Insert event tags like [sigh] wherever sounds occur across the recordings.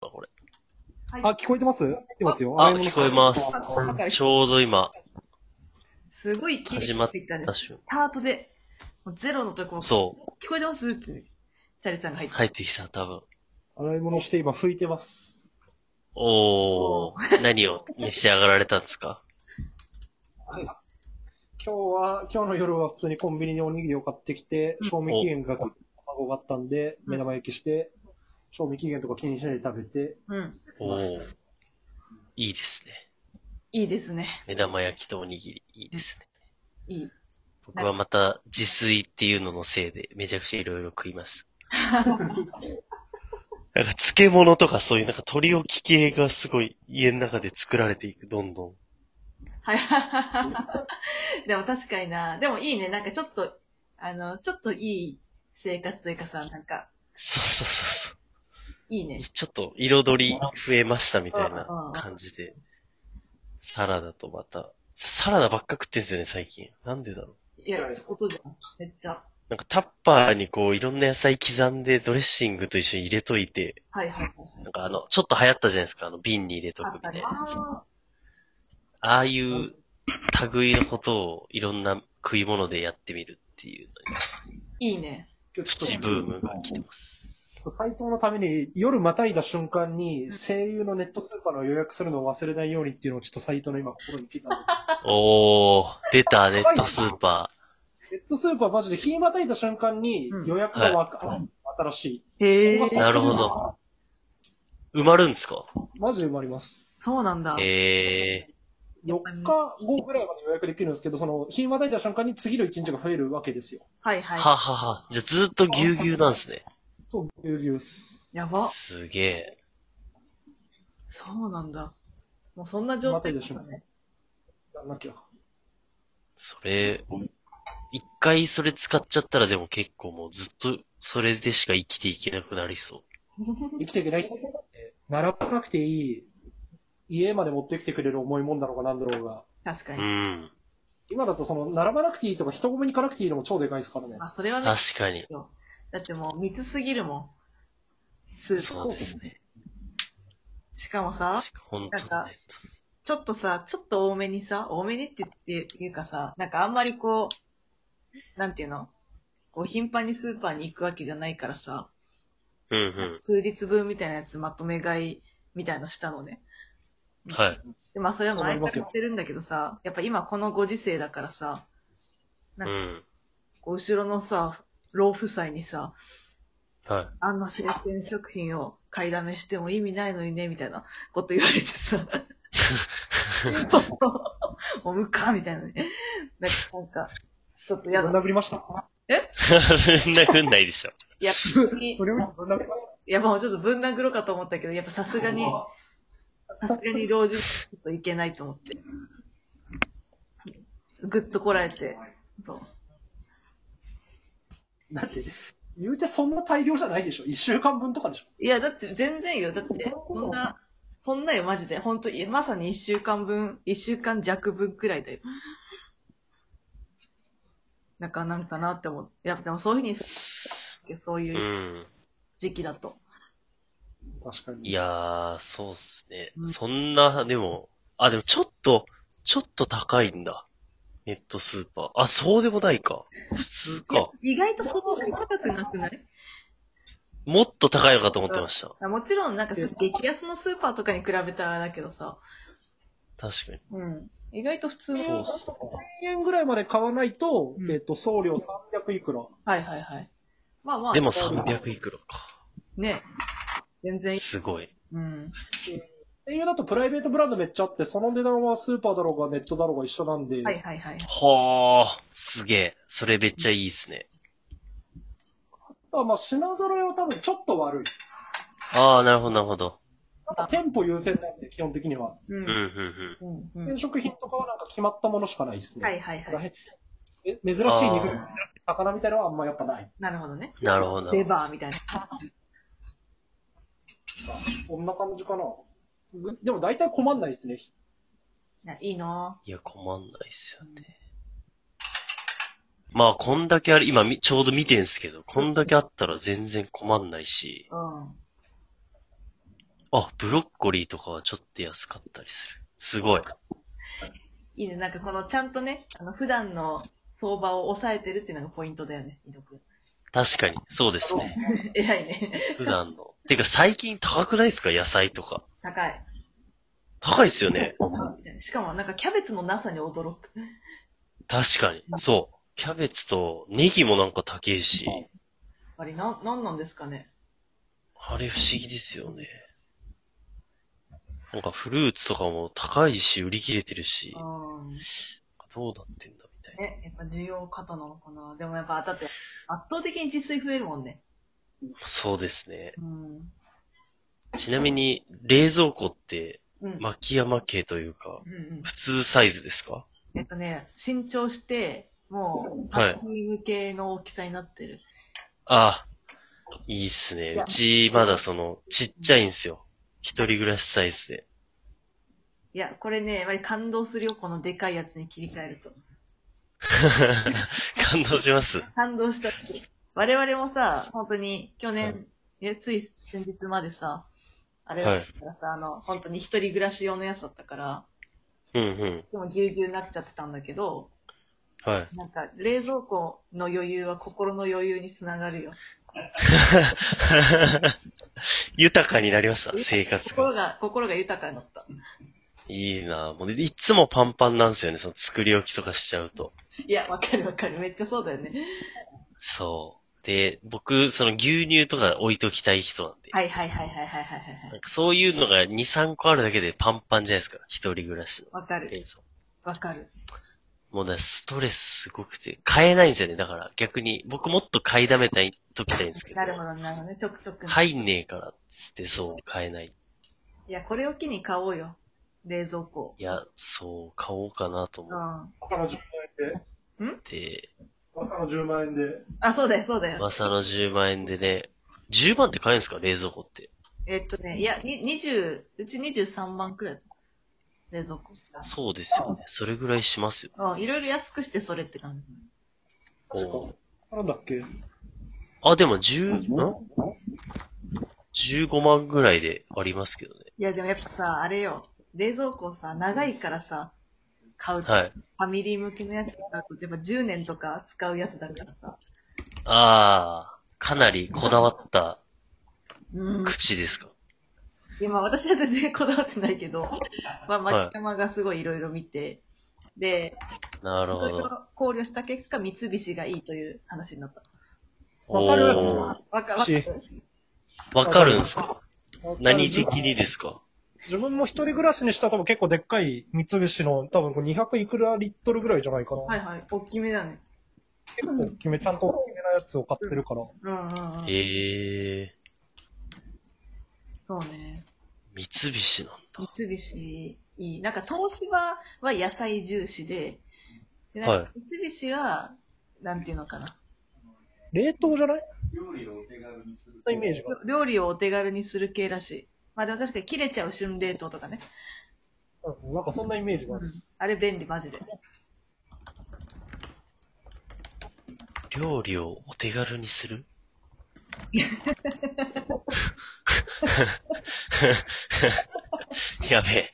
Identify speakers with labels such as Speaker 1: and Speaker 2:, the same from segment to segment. Speaker 1: わ、これ。
Speaker 2: あ、聞こえてます来てますよ。
Speaker 1: あ、
Speaker 2: 洗い物
Speaker 1: 聞こえます
Speaker 3: あは。い
Speaker 1: ちょうど今、
Speaker 3: すごい綺麗
Speaker 1: 始まっ
Speaker 3: に聞こえんで
Speaker 1: た
Speaker 3: す。
Speaker 1: 瞬
Speaker 3: スタートで、もうゼロのとこも、
Speaker 1: 間。
Speaker 3: 聞
Speaker 1: そ
Speaker 3: こえてますって、チャリさんが入っ
Speaker 1: う、
Speaker 3: て。
Speaker 1: 入ってきた、多分。
Speaker 2: 洗い物して今拭いてます。
Speaker 1: おー、何を召し上がられたんですか
Speaker 2: 今日は、今日の夜は普通にコンビニにおにぎりを買ってきて、賞味期限が卵があったんで、
Speaker 3: うん
Speaker 2: 目玉焼きして、賞味期限とか気にしないで食べて、
Speaker 3: うん。
Speaker 1: おー、いいですね。
Speaker 3: いいですね。
Speaker 1: 目玉焼きとおにぎり、いいですね。
Speaker 3: いい。
Speaker 1: 僕はまた自炊っていうののせいで、めちゃくちゃいろいろ食いま [laughs] した。なんか漬物とかそういうなんか取り置き系がすごい家の中で作られていく、どんどん。
Speaker 3: はい。 [laughs] でも確かにな。でもいいね。なんかちょっと、あの、ちょっといい生活というかさ、なんか、
Speaker 1: そうそうそう
Speaker 3: いい
Speaker 1: そう。
Speaker 3: ね。
Speaker 1: ちょっと彩り増えましたみたいな感じで。サラダとまた。サラダばっか食ってんすよね、最近。なんでだろう。
Speaker 3: いや、音じゃん。めっちゃ。
Speaker 1: なんかタッパーにこういろんな野菜刻んでドレッシングと一緒に入れといて、
Speaker 3: はいはいはい。
Speaker 1: なんかあの、ちょっと流行ったじゃないですか、あの瓶に入れとくみたいな。
Speaker 3: あ
Speaker 1: ああいう類のことをいろんな食い物でやってみるっていうのに、
Speaker 3: いいね。
Speaker 2: プ
Speaker 1: プチブームが来てます。
Speaker 2: 斉藤のために、夜またいだ瞬間に、声優のネットスーパーの予約するのを忘れないようにっていうのをちょっと斉藤の今心に刻んでます
Speaker 1: おー、出た、ネットスーパ
Speaker 2: ネットスーパーマジで日またいだ瞬間に予約がわかるんです、新しい。
Speaker 3: へ
Speaker 2: ここ
Speaker 1: ー
Speaker 2: が最高
Speaker 1: なるほど。ー。埋まるんですか
Speaker 2: マジで埋まります。
Speaker 3: そうなんだ。
Speaker 1: えー、
Speaker 2: 4日後ぐらいまで予約できるんですけど、その、日またいだ瞬間に次の1日が増えるわけですよ。
Speaker 3: はいはい。
Speaker 1: ははは。じゃあずっとぎゅうぎゅうなんですね。
Speaker 2: そう、ぎゅうぎゅうっす。
Speaker 3: やば。
Speaker 1: すげえ。
Speaker 3: そうなんだ。もうそんな状
Speaker 2: 待て
Speaker 3: 態
Speaker 2: るでしょ
Speaker 3: ね。
Speaker 2: やんなきゃ。
Speaker 1: それ、一回それ使っちゃったらでも結構もうずっとそれでしか生きていけなくなりそう。
Speaker 2: 生きていけない人って、習わなくていい、家まで持ってきてくれる重いもんだろうがなんだろうが。
Speaker 3: 確か
Speaker 1: う
Speaker 3: に。
Speaker 1: ん。
Speaker 2: 今だとその、並ばなくていいとか、人混みに行かなくていいのも超でかいですからね。
Speaker 3: まあ、それはね、
Speaker 1: 確かに。
Speaker 3: だってもう密すぎるもん。スー
Speaker 1: そうですね。
Speaker 3: プ。しかもさ、
Speaker 1: 確か本当に
Speaker 3: なん
Speaker 1: ネッ
Speaker 3: か
Speaker 1: トス
Speaker 3: ちょっとさ、ちょっと多めにさ、多めにって言っていうかさ、なんかあんまりこう、なんていうのこう頻繁にスーパーに行くわけじゃないからさ、
Speaker 1: ーパー。うんうん。
Speaker 3: 数日分みたいなやつまとめ買いみたいのしたのね。
Speaker 1: はい。
Speaker 3: でまあそれは
Speaker 2: わか
Speaker 3: 前
Speaker 2: り
Speaker 3: か
Speaker 2: ま
Speaker 3: ら
Speaker 2: すよ
Speaker 3: 言ってるんだけどさ、やっぱ今このご時世だからさ、
Speaker 1: う
Speaker 3: なん
Speaker 1: ん。
Speaker 3: こう後ろのさ、老夫妻にさ、
Speaker 1: はい。 [laughs]
Speaker 3: あんな生鮮食品を買いだめしても意味ないのにね、みたいなこと言われてさ。もう無か、みたいなね。なんか、なんかちょっと嫌
Speaker 2: ぶ
Speaker 3: だ
Speaker 2: ん。殴りました。
Speaker 1: そんなふんないで
Speaker 3: [laughs]
Speaker 1: しょ。
Speaker 3: いや、い
Speaker 2: 無料ぶん殴りました。
Speaker 3: やもうちょっとぶん殴ろうかと思ったけど、やっぱさすがに、さすがに老人ちょっといけないと思って。ぐっとこらえて、そう。
Speaker 2: だって、言うてそんな大量じゃないでしょ。1週間分とかでしょ。
Speaker 3: いや、だって全然よ。だって、そんな、そんなよ、マジで。本当に、まさに一週間分、一週間弱分くらいだよ。なんか、なんかなって思って。やっぱでもそういうふうにす、そ
Speaker 1: う。
Speaker 3: ういうん時期だと。
Speaker 2: 確かに。
Speaker 1: いやー、そうっすね
Speaker 3: う。ん
Speaker 1: そんな、でも、あ、でもちょっと、ちょっと高いんだ。ネットスーパー。あ、そうでもないか。普通か。
Speaker 3: 意外とそこが高くなくない
Speaker 1: もっと高いのかと思ってました。
Speaker 3: あもちろん、なんかす、激安のスーパーとかに比べたらだけどさ。
Speaker 1: 確かに。
Speaker 3: うん。意外と普通の。
Speaker 1: そうっすね。
Speaker 2: 1000円ぐらいまで買わないと、
Speaker 3: うん
Speaker 2: えっと、送料300いくら。
Speaker 3: はいはいはい。まあまあ。
Speaker 1: でも300いくらか。
Speaker 3: ね。全然いい。
Speaker 1: すごい。
Speaker 3: うん。
Speaker 2: 声優だとプライベートブランドめっちゃあって、その値段はスーパーだろうがネットだろうが一緒なんで、
Speaker 3: はいはいはい。
Speaker 1: はー、すげえ。それめっちゃいいっすね。
Speaker 2: あとはまあ品揃えは多分ちょっと悪い。
Speaker 1: あー、なるほど、なるほど。
Speaker 2: なんか店舗優先なんで、基本的には。
Speaker 3: う
Speaker 1: うん、う
Speaker 3: ん
Speaker 1: ん、うん。
Speaker 3: うんう
Speaker 2: 鮮
Speaker 3: ん。
Speaker 2: 食品とかはなんか決まったものしかないですね。
Speaker 3: はいはいはい。
Speaker 2: え珍しい肉、
Speaker 1: あー
Speaker 2: 珍しい魚みたいなのはあんまやっぱない。
Speaker 3: なるほどね。
Speaker 1: なるほど。
Speaker 3: レバーみたいな。
Speaker 2: そんな感じかな。ぐでも大体困んないですね。
Speaker 3: いやいいない
Speaker 1: や、困んないっすよね。まあ、こんだけある、今み、ちょうど見てんすけど、こんだけあったら全然困んないし、
Speaker 3: ぁ。うん。
Speaker 1: あ、ブロッコリーとかはちょっと安かったりする。すごい。
Speaker 3: いいね。なんかこのちゃんとね、あの普段の相場を抑えてるっていうのがポイントだよね、伊藤君。
Speaker 1: 確かに。そうですね。
Speaker 3: [laughs] 偉いね。
Speaker 1: 普段の。てか最近高くないですか野菜とか。
Speaker 3: 高い。
Speaker 1: 高いですよね。
Speaker 3: 高いみたいなしかもなんかキャベツのなさに驚く。
Speaker 1: 確かに。そう。キャベツとネギもなんか高いし、
Speaker 3: あれ、なん、なんなんですかね。
Speaker 1: あれ不思議ですよね。なんかフルーツとかも高いし、売り切れてるし、
Speaker 3: うん。
Speaker 1: どうなってんだみたいな。
Speaker 3: ね、やっぱ需要過多なのかな。でもやっぱ、だって、圧倒的に自炊増えるもんね。
Speaker 1: そうですね。
Speaker 3: うん。
Speaker 1: ちなみに、冷蔵庫って、
Speaker 3: うん。
Speaker 1: 牧山家というか、
Speaker 3: うんうん、
Speaker 1: 普通サイズですか
Speaker 3: えっとね、新調して、もう、
Speaker 1: はい
Speaker 3: サー向けの大きさになってる。
Speaker 1: ああ、いいっすね。
Speaker 3: いや
Speaker 1: うち、まだその、ちっちゃいんですよ。一人暮らしサイズ [laughs] で。
Speaker 3: いや、これね、やっぱり感動するよ、このでかいやつに切り替えると。
Speaker 1: 感動します。
Speaker 3: 感動したし。我々もさ、本当に去年、えつい先日までさ、あれだったからさ、あの、本当に一人暮らし用のやつだったから、
Speaker 1: うんうん。
Speaker 3: でもぎゅうぎゅうになっちゃってたんだけど、
Speaker 1: はい。
Speaker 3: なんか冷蔵庫の余裕は心の余裕につながるよ。
Speaker 1: [laughs] 豊かになりました、生活が。
Speaker 3: 心が、心が豊かになった。
Speaker 1: いいなぁもう、でいつもパンパンなんですよね、その作り置きとかしちゃうと。
Speaker 3: いや、わかるわかる。めっちゃそうだよね。
Speaker 1: そう。で、僕、その牛乳とか置いときたい人なんで。
Speaker 3: はいはいはいはいはいはいは。
Speaker 1: ないんかそういうのが2、3個あるだけでパンパンじゃないですか。一人暮らしの
Speaker 3: わかる。
Speaker 1: 冷蔵庫
Speaker 3: わかる。
Speaker 1: もうだからストレスすごくて、買えないんですよね。だから逆に、僕もっと買いだめたいときたいんですけど。
Speaker 3: なるほど、なるほどね。ちょくちょく。い。
Speaker 1: 入んねえからっつってそう買えない。
Speaker 3: いや、これを機に買おうよ。冷蔵庫。
Speaker 1: いや、そう買おうかなと
Speaker 3: うん。
Speaker 1: 思っ
Speaker 3: あ、
Speaker 2: 朝の10万円で、
Speaker 1: て、
Speaker 2: 朝の10万円で、
Speaker 3: そうだよ、そうだよ。
Speaker 1: 噂の10万円でね、10万って買えるんですか冷蔵庫って。
Speaker 3: えっとね、いや、に20、うち23万くらいだった冷蔵庫。
Speaker 1: そうですよね。それぐらいしますよ。
Speaker 3: うん、いろいろ安くしてそれって感じ。
Speaker 1: お
Speaker 2: なんだっけ
Speaker 1: あ、でも10、ん ?15 万ぐらいでありますけどね。
Speaker 3: いや、でもやっぱさ、あれよ、冷蔵庫さ、長いからさ、買うと、
Speaker 1: はい。
Speaker 3: ファミリー向けのやつだと、やっぱ10年とか使うやつだからさ。
Speaker 1: あー、かなりこだわった
Speaker 3: うん。
Speaker 1: 口ですか。
Speaker 3: いや、まあ私は全然こだわってないけど、まあ、
Speaker 1: はい
Speaker 3: マキマがすごいいろいろ見て、で、
Speaker 1: ないるほ
Speaker 3: ろい
Speaker 1: ど。
Speaker 3: ろ考慮した結果、三菱がいいという話になった。
Speaker 2: わかる
Speaker 1: おー
Speaker 3: わか、わかる
Speaker 1: わかるんですか何的にですか
Speaker 2: 自分も一人暮らしにした多分結構でっかい三菱の多分これ200いくらリットルぐらいじゃないかな。
Speaker 3: はいはい、大きめだね。
Speaker 2: 結構大きめ、ちゃんと大きめなやつを買ってるから。
Speaker 3: うんうんうん。
Speaker 1: えー、
Speaker 3: そうね。
Speaker 1: 三菱なんだ。
Speaker 3: 三菱、いい。なんか東芝は野菜重視で、で
Speaker 1: はい
Speaker 3: なんか三菱は、なんていうのかな。
Speaker 2: 冷凍じゃない
Speaker 4: 料理をお手軽にする
Speaker 2: イメージが。
Speaker 3: 料理をお手軽にする系らしい。まあでも確かに切れちゃう旬冷凍とかね。
Speaker 2: うん、なんかそんなイメージがある。
Speaker 3: あれ便利マジで。
Speaker 1: 料理をお手軽にする [laughs] やべえ。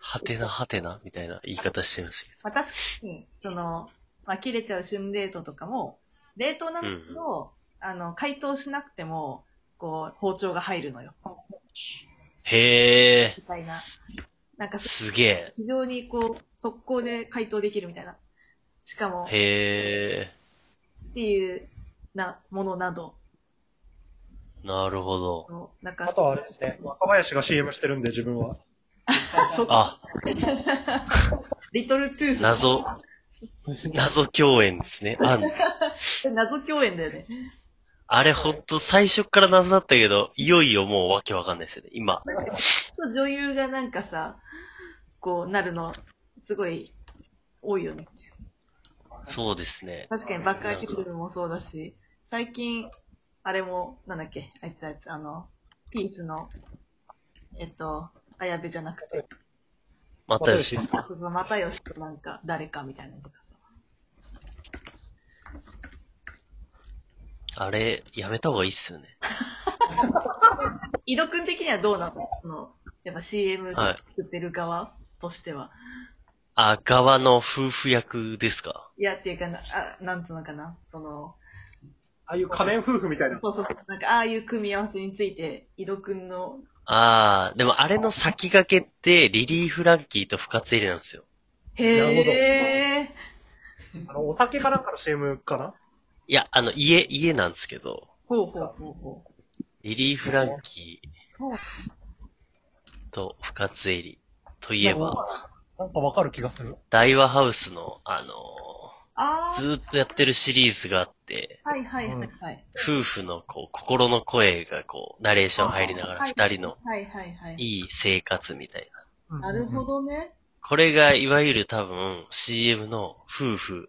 Speaker 1: はてなはてなみたいな言い方してましたけ
Speaker 3: まあ確かに、その、まあ切れちゃう旬冷凍とかも、冷凍なんだけど、あの、解凍しなくても、こう、包丁が入るのよ。
Speaker 1: ど。へえ、
Speaker 3: みたいな。なんか
Speaker 1: すげえ。
Speaker 3: 非常にこう、速攻で解凍できるみたいな。しかも、
Speaker 1: へえ、
Speaker 3: っていうなものなど、
Speaker 1: なるほど。
Speaker 3: なんか
Speaker 2: あ、とはあれですね、若林が CM してるんで自分は。
Speaker 1: あ、
Speaker 3: リトルトゥース。
Speaker 1: 謎、謎共演ですね。あ
Speaker 3: 謎共演だよね。
Speaker 1: あれほんと最初から謎だったけど、いよいよもうわけわかんないですよね。今。
Speaker 3: 女優がなんかさ、こうなるの、すごい多いよね。
Speaker 1: そうですね。
Speaker 3: 確かにバッカーキルもそうだし、最近、あれも、なんだっけ、あいつあいつ、あの、ピースの、えっと、綾部じゃなくて、
Speaker 1: またよし。
Speaker 3: そうそう、又吉となんか、誰かみたいなのとかさ。
Speaker 1: あれ、やめた方がいいっすよね。
Speaker 3: 井戸くん的にはどうなのそのやっぱ CM
Speaker 1: はい
Speaker 3: 作ってる側としては。
Speaker 1: あ、側の夫婦役ですか
Speaker 3: いや、っていうかな、あなんつうのかな、その、
Speaker 2: ああいう仮面夫婦みたいな。
Speaker 3: そうそうそう、なんか、ああいう組み合わせについて、井戸くんの、
Speaker 1: ああ、でもあれの先駆けって、リリー・フランキーと深津絵里なんですよ。
Speaker 3: へ
Speaker 2: なるほど
Speaker 3: え、
Speaker 2: あの、お酒かなんかの CM かない
Speaker 1: や、あの、家、家なんですけど、
Speaker 3: ほうほうほうほう。
Speaker 1: リリー・フランキ
Speaker 3: そう。
Speaker 1: ーと深津絵里といえば、
Speaker 2: なんかわかる気がする。
Speaker 1: 大和ハウスの、あの
Speaker 3: あ
Speaker 1: ーず
Speaker 3: あ、
Speaker 1: ーっとやってるシリーズがあって、
Speaker 3: はいはいはいはい。
Speaker 1: 夫婦のこう、心の声がこう、ナレーション入りながら
Speaker 3: はい
Speaker 1: 二人の
Speaker 3: はいはいはい。
Speaker 1: いい生活みたいな。
Speaker 3: なるほ。どね。
Speaker 1: これが、いわゆる多分、CM の夫婦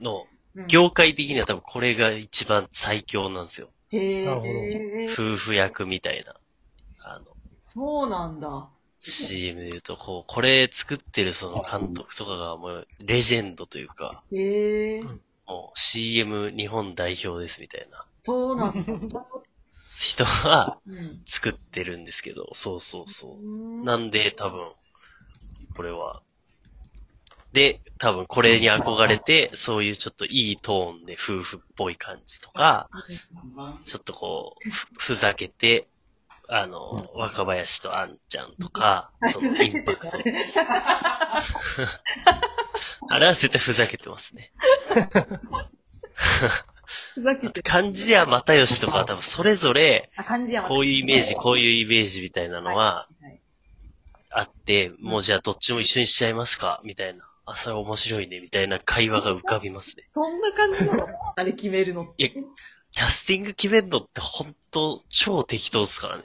Speaker 1: の、
Speaker 3: うん
Speaker 1: 業界的には多分これが一番最強なんですよ。
Speaker 3: へ
Speaker 2: なるほど
Speaker 3: え、
Speaker 1: 夫婦役みたいな。あの、
Speaker 3: そうなんだ。
Speaker 1: CM で言うと、こう、これ作ってるその監督とかがもう、レジェンドというか、
Speaker 3: へえ、
Speaker 1: もう CM 日本代表ですみたいな
Speaker 3: そうなんだ。
Speaker 1: 人が
Speaker 3: うん
Speaker 1: 作ってるんですけど、そうそうそうう。
Speaker 3: ーん。
Speaker 1: なんで多分、これは。で、多分これに憧れて、そういうちょっといいトーンで夫婦っぽい感じとか、ちょっとこう、ふふざけて、あの、若林とあんちゃんとか、そのインパ
Speaker 3: [laughs]
Speaker 1: クト。あれは絶対ふざけてますね。
Speaker 3: ふざけてる。
Speaker 1: 漢字や又吉とかは多分それぞれ、
Speaker 3: あ、漢字や
Speaker 1: こういうイメージ、こういうイメージみたいなのは
Speaker 3: はいはい
Speaker 1: あって、もうじゃあどっちも一緒にしちゃいますかみたいな。あ、それ面白いね、みたいな会話が浮かびますね。
Speaker 3: そんな感じなのあれ決めるのって。
Speaker 1: いや、キャスティング決めんのって本当超適当ですからね。